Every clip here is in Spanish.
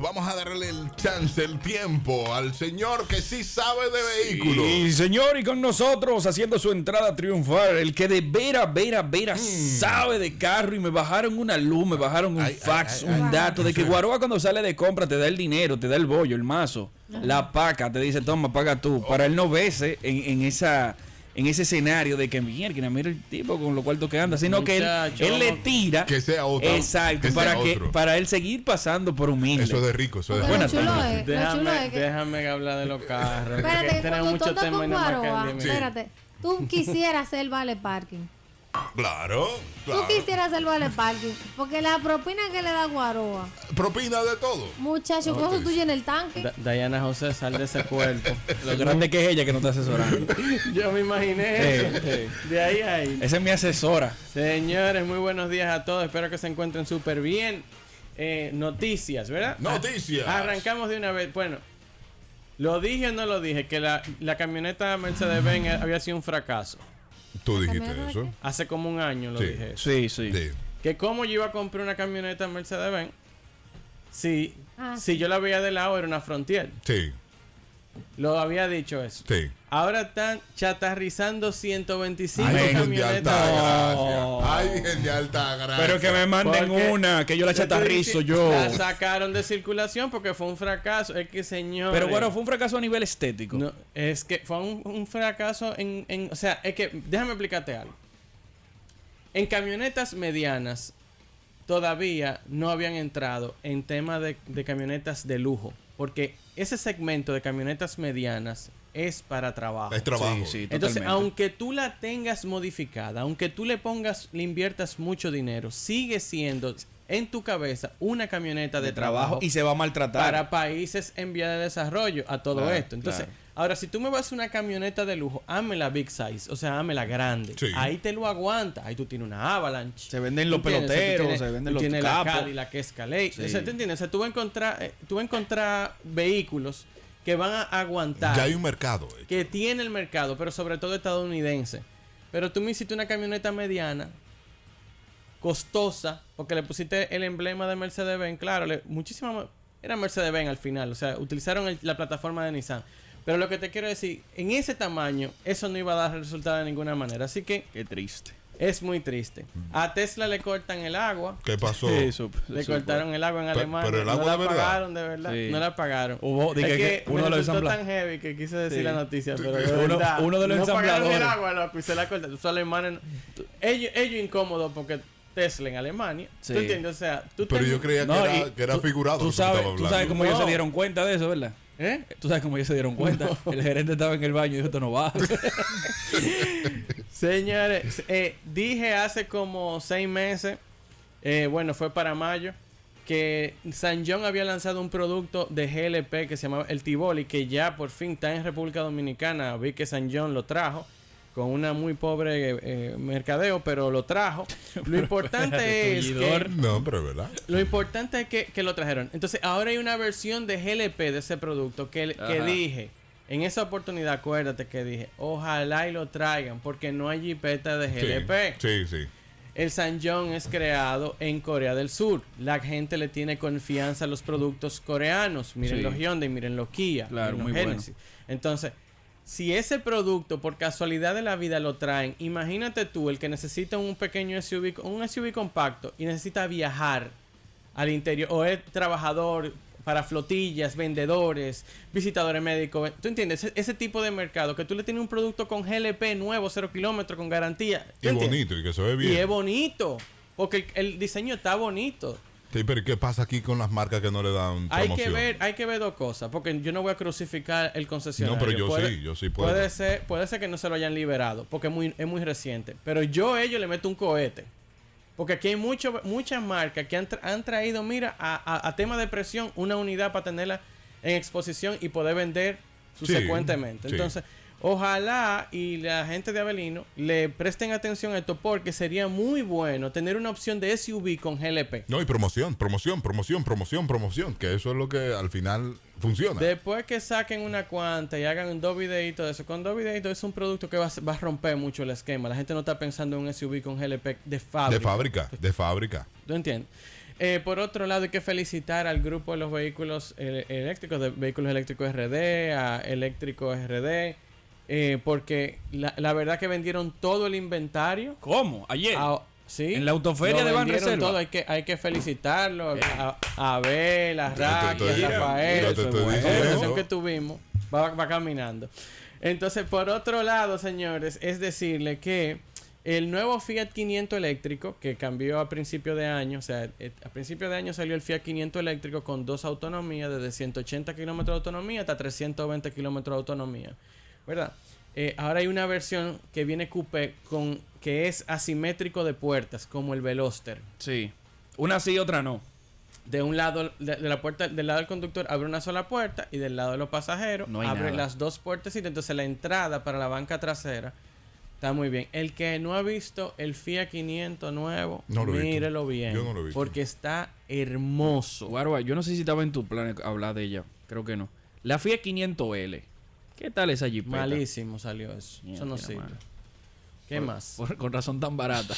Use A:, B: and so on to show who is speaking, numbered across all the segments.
A: vamos a darle el chance, el tiempo al señor que sí sabe de vehículos.
B: Y señor, y con nosotros haciendo su entrada triunfal, el que de vera, vera, vera sabe de carro y me bajaron una luz, me bajaron un
A: Hmm. Ay, ay,
B: fax,
A: ay,
B: un
A: ay.
B: dato de que
A: Sí.
B: Guaroa cuando sale de compra te da el dinero, te da el bollo, el mazo, la paca, te dice, toma, paga
A: Oh.
B: tú, para él no verse en, en esa... En ese escenario de que mierda, mira el tipo con lo cuarto que anda, sino que él,
C: Muchacho,
B: él le
C: vamos-
B: tira.
A: Que sea otro,
B: Exacto,
A: que sea
B: para, que,
A: otro.
B: para él seguir pasando por humilde.
A: Eso es de rico, eso es de
B: Bueno,
A: rico.
B: Buenas
D: lo chulo
B: tardes.
D: es, Eh, lo chulo
C: Déjame,
D: es que.
C: déjame hablar de los carros.
D: espérate,
C: que
D: que
C: tenemos
D: cuando tú
C: mucho
D: andas
C: tema y
D: con
C: no marcan
D: guaroa,
C: 10 minutos.
D: espérate, tú quisieras ser vale parking.
A: Claro, claro.
D: Tú quisieras ser vale parking. Porque la propina que le da Guaroa,
A: Propina de todo.
D: muchacho,
A: No,
D: con
A: te
D: eso tú
A: dice.
D: llenas el tanque.
C: Da- Dayana José, sal de ese cuerpo.
B: Lo grande que es ella que no está asesorando.
C: Yo me imaginé eso. De ahí a ahí.
B: Esa es mi asesora.
C: Señores, muy buenos días a todos. Espero que se encuentren súper bien. Eh, noticias, ¿verdad?
A: Noticias.
C: Ah, Arrancamos de una vez. Bueno, lo dije o no lo dije, que la, la camioneta Mercedes-Benz había sido un fracaso.
A: Tú
D: También
A: dijiste
D: es
A: eso.
D: rico.
C: Hace como un año lo
A: Sí.
C: dije. eso.
B: Sí, sí.
A: Sí.
C: Que como yo iba a comprar una camioneta Mercedes-Benz, si,
D: Ah,
C: si yo la veía de lado era una Frontier.
A: Sí,
C: Lo había dicho eso.
A: sí.
C: Ahora están chatarrizando 125
A: Ay,
B: Venga.
A: Virgen de
C: camionetas.
A: alta gracia.
B: No.
A: Ay, Virgen de alta gracia.
B: Pero que me manden
C: Porque-
B: una, que yo la
C: Yo te
B: chatarrizo
C: dije,
B: yo.
C: La sacaron de circulación porque fue un fracaso. Es que, señor.
B: Pero bueno, fue un fracaso a nivel estético.
C: No, es que fue un, un fracaso en, en- O sea, es que. Déjame explicarte algo. En camionetas medianas todavía no habían entrado en tema de, de camionetas de lujo. Porque ese segmento de camionetas medianas es para trabajo.
A: Es trabajo.
B: Sí, sí,
C: Entonces,
B: totalmente.
C: aunque tú la tengas modificada, aunque tú le pongas, le inviertas mucho dinero, sigue siendo en tu cabeza una camioneta de,
B: de trabajo y se va a maltratar.
C: para países en vía de desarrollo a todo
B: Claro,
C: esto. Entonces,
B: claro.
C: ahora si tú me vas a una camioneta de lujo, la big size, o sea, la grande.
A: Sí.
C: Ahí te lo aguanta, ahí tú tienes una avalanche.
B: Se venden los
C: ¿Tú entiendes?
B: peloteros,
C: tú tienes-
B: se venden
C: tú
B: los
C: tienes
B: capos.
C: la Cadillac, que Escalade.
B: Sí.
C: O sea, ¿te entiendes? O sea, tú vas a encontrar eh, tú vas a encontrar vehículos que van a aguantar
A: Ya hay un mercado. eh.
C: que tiene el mercado, pero sobre todo estadounidense. Pero tú me hiciste una camioneta mediana, costosa, porque le pusiste el emblema de Mercedes-Benz. Claro, le- muchísima. mo- Era Mercedes-Benz al final, o sea, utilizaron el- la plataforma de Nissan. Pero lo que te quiero decir, en ese tamaño, eso no iba a dar resultado de ninguna manera. Así que
B: Qué triste.
C: es muy triste. A Tesla le cortan el agua.
A: ¿Qué pasó?
B: Eso,
C: Le
B: eso,
C: cortaron el agua en
A: Pe-
C: Alemania.
A: pero el agua
C: no la
A: de verdad.
C: pagaron de verdad.
B: Sí.
C: No la pagaron.
B: Hubo-
C: es
B: dije
C: que,
B: que uno
C: me
B: de los
C: resultó
B: ensambla-
C: tan heavy que quise decir
B: Sí.
C: la noticia, pero de
B: Uno-
C: verdad,
B: uno de los
C: no pagaron el
B: ensambladores.
C: agua, loco, y se la cortaron. Los alemanes no- ellos, ellos incómodos porque Tesla en Alemania.
B: Sí.
C: ¿Tú entiendes? O sea, tú
A: Pero
C: ten-
A: yo creía que,
B: No, y
A: era, que era
B: tú-
A: figurado. lo
B: Tú
A: que estaba
B: sabes, tú
A: hablando.
B: sabes cómo ellos
C: No.
B: se dieron cuenta de eso, ¿verdad?
C: ¿Eh?
B: Tú sabes cómo ellos se dieron cuenta. El gerente estaba en el baño y dijo, esto no va.
C: Señores, eh, dije hace como seis meses, eh, bueno, fue para mayo, que San John había lanzado un producto de GLP que se llamaba el Tivoli, que ya por fin está en República Dominicana. Vi que San John lo trajo con una muy pobre eh, mercadeo, pero lo trajo. Lo importante es que,
B: tullidor.
A: No, pero es verdad.
C: lo importante es que, que lo trajeron. Entonces, ahora hay una versión de GLP de ese producto que, que
B: Ajá.
C: dije. En esa oportunidad, acuérdate que dije, ojalá y lo traigan, porque no hay jipeta de GLP.
A: Sí, sí. sí.
C: El San John es creado en Corea del Sur. La gente le tiene confianza a los productos coreanos. Miren
B: Sí.
C: los Hyundai, miren los Kia,
B: Claro,
C: miren los
B: muy bueno.
C: Genesis. Entonces, si ese producto por casualidad de la vida lo traen, imagínate tú el que necesita un pequeño SUV, un SUV compacto y necesita viajar al interior o es trabajador para flotillas, vendedores, visitadores médicos. ¿Tú entiendes? Ese, ese tipo de mercado que tú le tienes un producto con GLP nuevo, cero kilómetros, con garantía.
A: Y
C: ¿Tú entiendes?
A: bonito, y que se ve bien.
C: Y es bonito. Porque el, el diseño está bonito.
A: Sí, pero ¿y ¿qué pasa aquí con las marcas que no le dan
C: Hay
A: promoción?
C: que ver, hay que ver dos cosas. Porque yo no voy a crucificar el concesionario.
A: No, pero yo sí, yo sí puedo.
C: Puede ser, puede ser que no se lo hayan liberado, porque es muy, es muy reciente. Pero yo a ellos le meto un cohete. Porque aquí hay mucho, muchas marcas que han, tra- han traído, mira, a, a- a tema de presión, una unidad para tenerla en exposición y poder vender subsecuentemente.
A: sí.
C: Entonces, ojalá y la gente de Avelino le presten atención a esto, porque sería muy bueno tener una opción de SUV con GLP.
A: No, y promoción, promoción, promoción, promoción, promoción. Que eso es lo que al final funciona.
C: Después que saquen una cuanta y hagan dos videitos de eso, con dos videitos es un producto que va a, ser- va a romper mucho el esquema. La gente no está pensando en un SUV con GLP de fábrica.
A: De fábrica, de fábrica.
C: ¿Tú entiendes? Eh, por otro lado, hay que felicitar al grupo de los vehículos eh, eléctricos, de Vehículos Eléctricos RD, a Eléctrico RD, eh, porque la, la verdad que vendieron todo el inventario.
B: ¿Cóimo? Ayer.
C: Ah, sí,
B: Eh, En la autoferia
C: lo
B: de
C: vendieron
B: Banreserva.
C: todo, hay que, hay que felicitarlo a, a Abel, a Raki, a
A: estoy-
C: Rafael,
A: yo te estoy
C: la
A: diciendo.
C: conversación que tuvimos, va, va caminando. Entonces, por otro lado, señores, es decirle que el nuevo Fiat 500 eléctrico, que cambió a principio de año, o sea, eh, a principio de año salió el Fiat 500 eléctrico con dos autonomías, desde 180 kilómetros de autonomía hasta 320 kilómetros de autonomía, ¿verdad? Eh, ahora hay una versión que viene coupé con que es asimétrico de puertas, como el Veloster.
B: Sí. Una sí, otra no.
C: De un lado de, de la puerta del lado del conductor abre una sola puerta y del lado de los pasajeros
B: No hay
C: abre
B: nada.
C: las dos puertas y entonces la entrada para la banca trasera está muy bien. El que no ha visto el Fiat 500 nuevo,
A: No lo he visto.
C: mírelo bien,
A: Yo no lo he visto.
C: porque está hermoso.
B: Guarua, yo no sé si estaba en tu plan hablar de ella. Creo que no. La Fiat 500L. ¿Qué tal esa jipeta?
C: Malísimo salió eso. eso no
B: Mierda,
C: sirve.
B: mano.
C: ¿Qué más?
B: Por- con razón tan barata.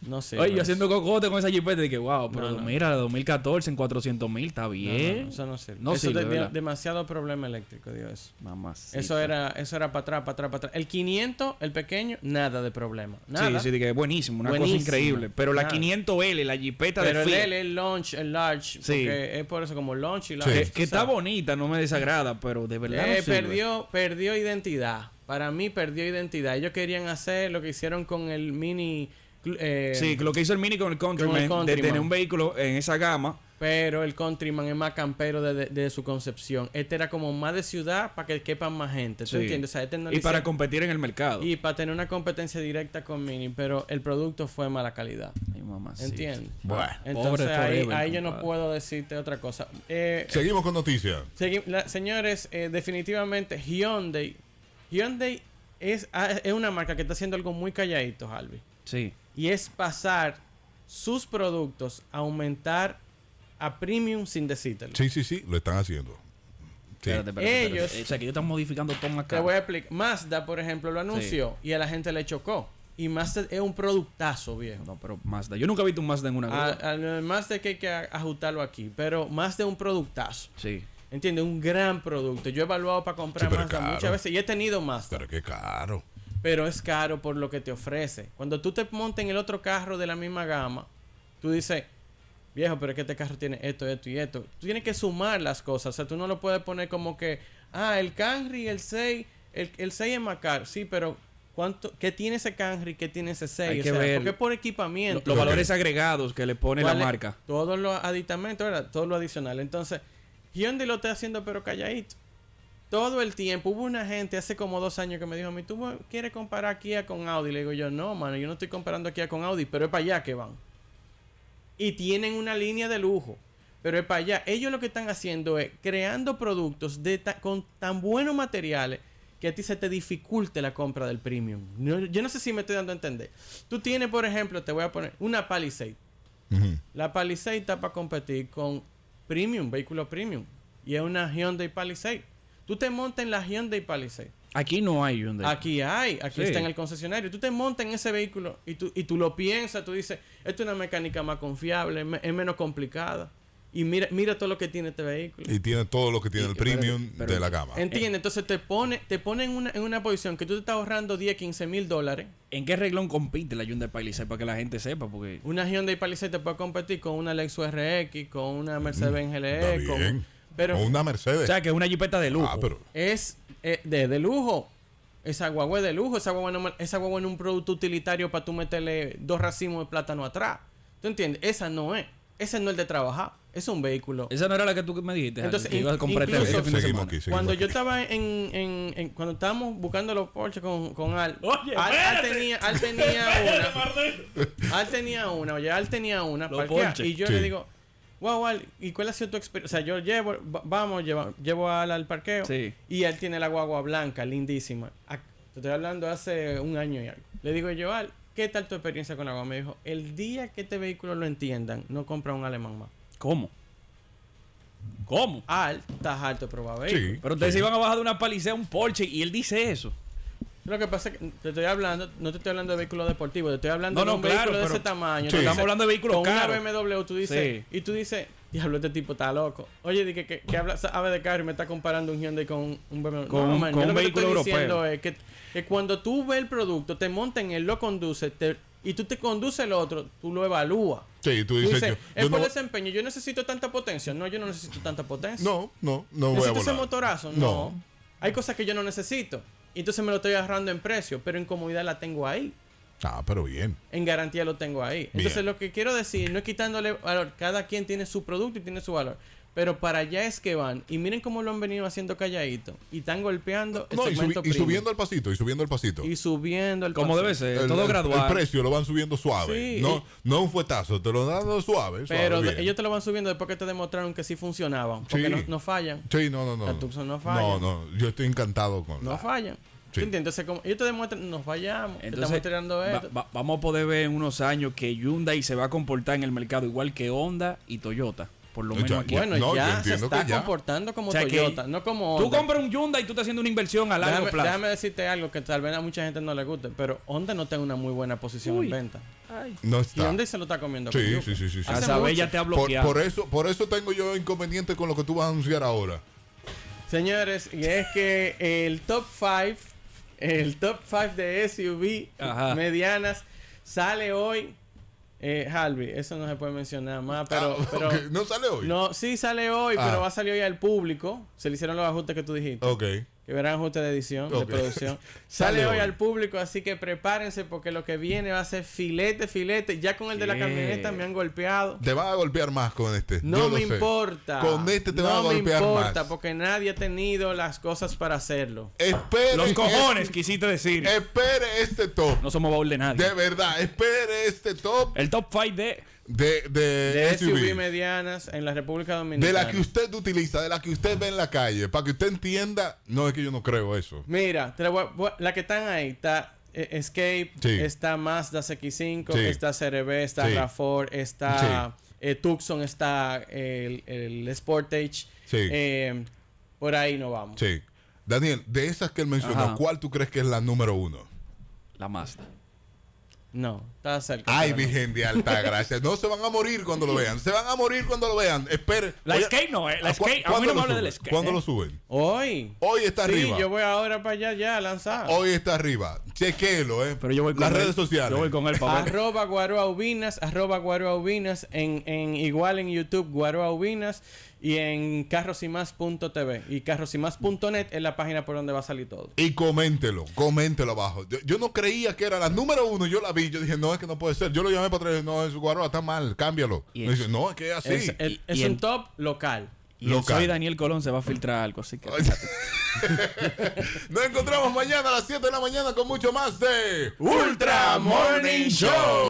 C: No sé.
B: Oye, yo haciendo cocote con esa jipeta. Dije, wow, pero
C: No, no.
B: mira, la 2014 en 400 mil, está bien.
C: eso no sirve.
B: No
C: eso
B: sirve,
C: de-
B: ¿verdad?
C: demasiado problema eléctrico, Dios. eso.
B: Mamacita.
C: Eso era, eso era para atrás, para atrás, para atrás. El 500, el pequeño, nada de problema. Nada.
B: Sí, sí, dije, buenísimo, una
C: Buenísimo.
B: cosa increíble. Pero la
C: Nada.
B: 500L, la jipeta
C: Pero
B: de
C: el
B: Fiat,
C: L es launch, el large. Porque es por eso como launch y large.
B: que,
A: Sí.
B: que está
C: ¿sabes?
B: bonita, no me desagrada, pero de verdad
C: Eh,
B: no sirve.
C: perdió, perdió identidad. Para mí perdió identidad. Ellos querían hacer lo que hicieron con el mini. cl- eh,
B: Sí, lo que hizo el Mini con el Countryman, de
C: Countryman.
B: tener un vehículo en esa gama.
C: Pero el Countryman es más campero de, de- de su concepción. Este era como más de ciudad para que quepan más gente. ¿Tú
B: Sí.
C: entiendes? O sea, este no le
B: y para
C: hicieron-
B: competir en el mercado.
C: y para tener una competencia directa con Mini. Pero el producto fue mala calidad.
B: Ay, mamacita.
C: ¿Entiendes?
A: Bueno.
C: Entonces
B: Pobre
C: ahí,
B: Forever,
C: ahí yo no
B: compadre.
C: puedo decirte otra cosa. Eh,
A: Seguimos con noticias.
C: Segui- la- señores, eh, definitivamente Hyundai. Hyundai es, ah, es una marca que está haciendo algo muy calladito, Albi.
B: Sí.
C: Y es pasar sus productos a aumentar a premium sin decírtelo.
A: Sí, sí, sí, lo están haciendo. Sí.
B: Espérate, espérate, espérate.
C: Ellos-
B: O sea, que ellos están modificando todo
C: Te
B: acá.
C: voy a explicar. Mazda, por ejemplo, lo anunció y a la gente le chocó. Y Mazda es un productazo, viejo. Ah,
B: No, pero Mazda. Yo nunca he visto un Mazda en una grúa.
C: A- al Mazda que hay que a- ajustarlo aquí. Pero Mazda es un productazo.
B: Sí.
C: ¿Entiendes? Un gran producto. Yo he evaluado para
A: Sí,
C: comprar
A: pero
C: Mazda
A: caro.
C: muchas veces y he tenido Mazda.
A: Pero qué caro.
C: pero es caro por lo que te ofrece. Cuando tú te montas en el otro carro de la misma gama, tú dices, viejo, pero es que este carro tiene esto, esto y esto. Tú tienes que sumar las cosas. O sea, tú no lo puedes poner como que, ah, el Camry, el 6, el, el 6 es más caro. Sí, pero ¿cuánto, ¿qué tiene ese Camry? ¿Qué tiene ese 6?
B: Hay
C: o
B: que
C: sea,
B: ver
C: porque es por
B: Lo-
C: equipamiento.
B: los valores agregados que le pone la
C: ¿Cuál es?
B: marca.
C: Todos los aditamentos, ¿verdad? Todo lo adicional. Entonces, Hyundai lo está haciendo, pero calladito. Todo el tiempo. Hubo una gente hace como dos años que me dijo a mí, ¿tú me quieres comparar Kia con Audi? Le digo yo, no, mano, yo no estoy comparando Kia con Audi, pero es para allá que van. Y tienen una línea de lujo, pero es para allá. Ellos lo que están haciendo es creando productos de ta- con tan buenos materiales que a ti se te dificulte la compra del premium. No- yo no sé si me estoy dando a entender. Tú tienes, por ejemplo, te voy a poner una Palisade.
A: Ujú.
C: La Palisade está para competir con premium, vehículo premium. Y es una Hyundai Palisade. Tú te montas en la Hyundai Palisade.
B: Aquí no hay Hyundai.
C: Aquí hay, aquí
B: Sí.
C: está en el concesionario. Tú te montas en ese vehículo y tú, y tú lo piensas, tú dices, esto es una mecánica más confiable, es me- es menos complicada. Y mira, mira todo lo que tiene este vehículo.
A: Y tiene todo lo que tiene
B: Y-
A: el premium
B: pero- pero-
A: de la gama.
C: ¿Entiendes? Entonces te pone, te pone en, una, en una posición que tú te estás ahorrando 10, 15 mil dólares.
B: ¿En qué reglón compite la Hyundai Palisade para que la gente sepa? Porque
C: Una Hyundai Palisade te puede competir con una Lexus RX, con una Mercedes-Benz
A: Está
C: GLE, con...
A: bien.
C: Pero
A: o una
B: o
A: Mercedes.
B: sea, que es una jipeta de lujo.
A: ah, pero
C: es eh, de, de lujo. Esa guagua es de lujo. Esa guagua, no, me- esa guagua no es un producto utilitario para tú meterle dos racimos de plátano atrás. ¿Tú entiendes? Esa no es. Ese no es el de trabajar. Es un vehículo.
B: Esa no era la que tú me dijiste. Javi,
C: Entonces,
B: que ibas a
C: in-
B: comprar este-
C: incluso-
B: este fin de
A: Seguimos
B: semana.
A: aquí. sí,
C: cuando yo
A: porque-
C: estaba en, en- en- Cuando estábamos buscando los Porsche con, con Al.
B: Oye,
C: Al, Al
B: espérate.
C: tenía, Al tenía una. Al tenía una. Oye, Al tenía una.
B: Los
C: parquea,
B: Porsche.
C: y yo
A: Sí.
C: le digo. Wow, Al, ¿y cuál ha sido tu experiencia? O sea, yo llevo, va- vamos, lleva- llevo a Al al parqueo.
B: Sí.
C: Y él tiene la guagua blanca, lindísima. Ac- Te estoy hablando hace un año y algo. Le digo yo, Al, ¿qué tal tu experiencia con la guagua? Me dijo, el día que este vehículo lo entiendan, no compra un alemán más.
B: ¿Cómo? ¿Cómo?
C: Al, estás alto, pero va a ver.
A: Sí.
B: Pero ustedes se iban a bajar de una Palisade a un Porsche y él dice eso.
C: Lo que pasa es que te estoy hablando, no te estoy hablando de vehículos deportivos, te estoy hablando
B: No,
C: de
B: no,
C: un
B: claro,
C: vehículo de
B: pero-
C: ese tamaño.
A: Sí.
C: Tú dices,
A: Estamos
B: hablando de vehículos
C: con
B: caros.
C: Una BMW, tú dices,
B: Sí.
C: y tú dices, diablo, este tipo está loco. Oye, dije que, que habla, sabe de carro y me está comparando un Hyundai con un BMW.
B: Con- con
C: no, yo
B: un
C: lo que te
B: vehículo
C: estoy diciendo
B: europeo.
C: es que, que cuando tú ves el producto, te montas en él, lo conduces, te- y tú te conduces el otro, tú lo evalúas.
A: Sí, tú
C: Tú
A: dices.
C: dices,
A: yo-
C: es
A: yo
C: por
A: no,
C: desempeño, yo necesito tanta potencia. No, yo no necesito tanta potencia.
A: no, no, no voy a
C: ¿Necesito ese
A: volar.
C: motorazo? No.
A: No.
C: Hay cosas que yo no necesito. Y entonces me lo estoy agarrando en precio, pero en comodidad la tengo ahí.
A: Ah, pero bien.
C: En garantía lo tengo ahí.
A: Bien.
C: Entonces lo que quiero decir, no es quitándole valor. Cada quien tiene su producto y tiene su valor. Pero para allá es que van. Y miren cómo lo han venido haciendo calladito. Y están golpeando el
A: No, y,
C: segmento
A: subi- y
C: premium.
A: subiendo el pasito, y subiendo el pasito.
C: Y subiendo el
B: Como
C: paso.
B: debe ser,
A: el,
B: todo
A: el-
B: gradual.
A: El precio lo van subiendo suave.
C: Sí,
A: no,
C: y-
A: no un fuetazo, te lo dan suave. suave,
C: Pero
A: bien.
C: ellos te lo van subiendo después que te demostraron que sí funcionaban. Porque
A: Sí.
C: no, no fallan.
A: Sí, no, no, no.
C: La Tucson no falla.
A: No, no, yo estoy encantado con.
C: No
A: la-
C: fallan.
A: Ah. Sí.
C: ¿Tú entiendes? Entonces, como ellos te demuestran, nos fallamos. te estamos
B: Entonces,
C: tirando
B: va-
C: esto.
B: va- vamos a poder ver en unos años que Hyundai se va a comportar en el mercado igual que Honda y Toyota, por lo
A: O sea,
B: menos aquí.
A: Ya,
C: Bueno,
A: no, yo
C: ya se
A: entiendo
C: está
A: que ya.
C: comportando como
B: O sea que
C: Toyota, no como
B: Tú
C: Honda.
B: compras un Hyundai y tú estás haciendo una inversión a largo
C: déjame,
B: plazo.
C: déjame decirte algo que tal vez a mucha gente no le guste, pero Honda no tiene una muy buena posición
B: Uy.
C: en venta.
A: No
C: Y
A: está.
C: Honda se lo está comiendo.
A: Sí,
C: con yuca.
A: sí, sí, sí, sí.
B: A
C: Hace
B: saber,
C: mucho.
B: Pues ya te ha
A: Por,
B: bloqueado.
A: por eso, por eso tengo yo inconveniente con lo que tú vas a anunciar ahora.
C: Señores, y es que el top 5, el top 5 de SUV
B: Ajá.
C: medianas sale hoy. Eh, Harvey, eso no se puede mencionar más, pero,
A: Ah,
C: pero
A: ok, no sale hoy.
C: no, sí sale hoy,
A: Ah.
C: pero va a salir hoy al público. Se le hicieron los ajustes que tú dijiste.
A: Ok.
C: Que verán ajuste de edición,
A: Ok.
C: de producción.
A: Sale
C: Sale, hoy
A: hoy.
C: al público, así que prepárense porque lo que viene va a ser filete, filete. Ya con el de la
B: Sí.
C: camioneta me han golpeado.
A: Te vas a golpear más con este.
C: No
A: yo lo
C: me
A: sé.
C: importa.
A: Con este te
C: no
A: va a golpear
C: me importa
A: más.
C: porque nadie ha tenido las cosas para hacerlo.
A: Espere.
B: Los cojones,
A: es-
B: quisiste decir.
A: espere este top.
B: no somos baúl de nadie.
A: De verdad, espere este top
B: el top 5 de...
A: de, de,
C: De SUV,
A: SUV.
C: medianas en la República Dominicana.
A: De la que usted utiliza, de la que usted ve en la calle, para que usted entienda, no es que yo no creo eso.
C: Mira, te la, voy a- voy a- la que están ahí está eh, Escape,
A: Sí.
C: está Mazda CX5,
A: Sí.
C: está CRB, está
A: Sí.
C: RAV4, está eh, Tucson, está el, el Sportage.
A: Sí.
C: Eh, por ahí no vamos.
A: Sí. Daniel, de esas que él mencionó,
B: Ajá.
A: ¿cuál tú crees que es la número uno?
B: La Mazda.
C: No, está cerca.
A: Ay,
C: pero no.
A: Virgen de Alta Gracia. No se van a morir cuando lo vean. Se van a morir cuando lo vean. Espere.
B: La
A: Oye,
B: skate no, eh. La
A: ¿a cu-
B: skate. A mí
A: cuándo
B: no me
A: lo
B: hable del
A: suben?
B: skate.
A: ¿Cuándo
B: eh.
A: lo suben?
C: Hoy.
A: Hoy está
C: sí,
A: arriba.
C: yo voy ahora para allá ya a lanzar.
A: Hoy está arriba. Chequelo, ¿eh?
B: Pero yo voy con
A: Las
B: él.
A: redes sociales.
B: Yo voy con él para ver.
C: Arroba Guaroa Ubinas, arroba Guaroa Ubinas, en, en, igual en YouTube Guaroa Ubinas y en carrosymas.tv y carrosymas.net es la página por donde va a salir todo.
A: Y coméntelo, coméntelo abajo. Yo, yo no creía que era la número uno. Yo la vi. Yo dije, no, es que no puede ser. Yo lo llamé para atrás. No, es Guaroa, está mal. Cámbialo.
B: Y
A: Me
B: es-
A: dice, no, es que es así.
C: Es, es-
B: Y-
C: es
B: y
C: un
B: en-
C: top local.
B: Y el
A: Local.
B: soy Daniel Colón se va a filtrar algo, así que...
A: Nos encontramos mañana a las 7 de la mañana con mucho más de
B: Ultra Morning Show.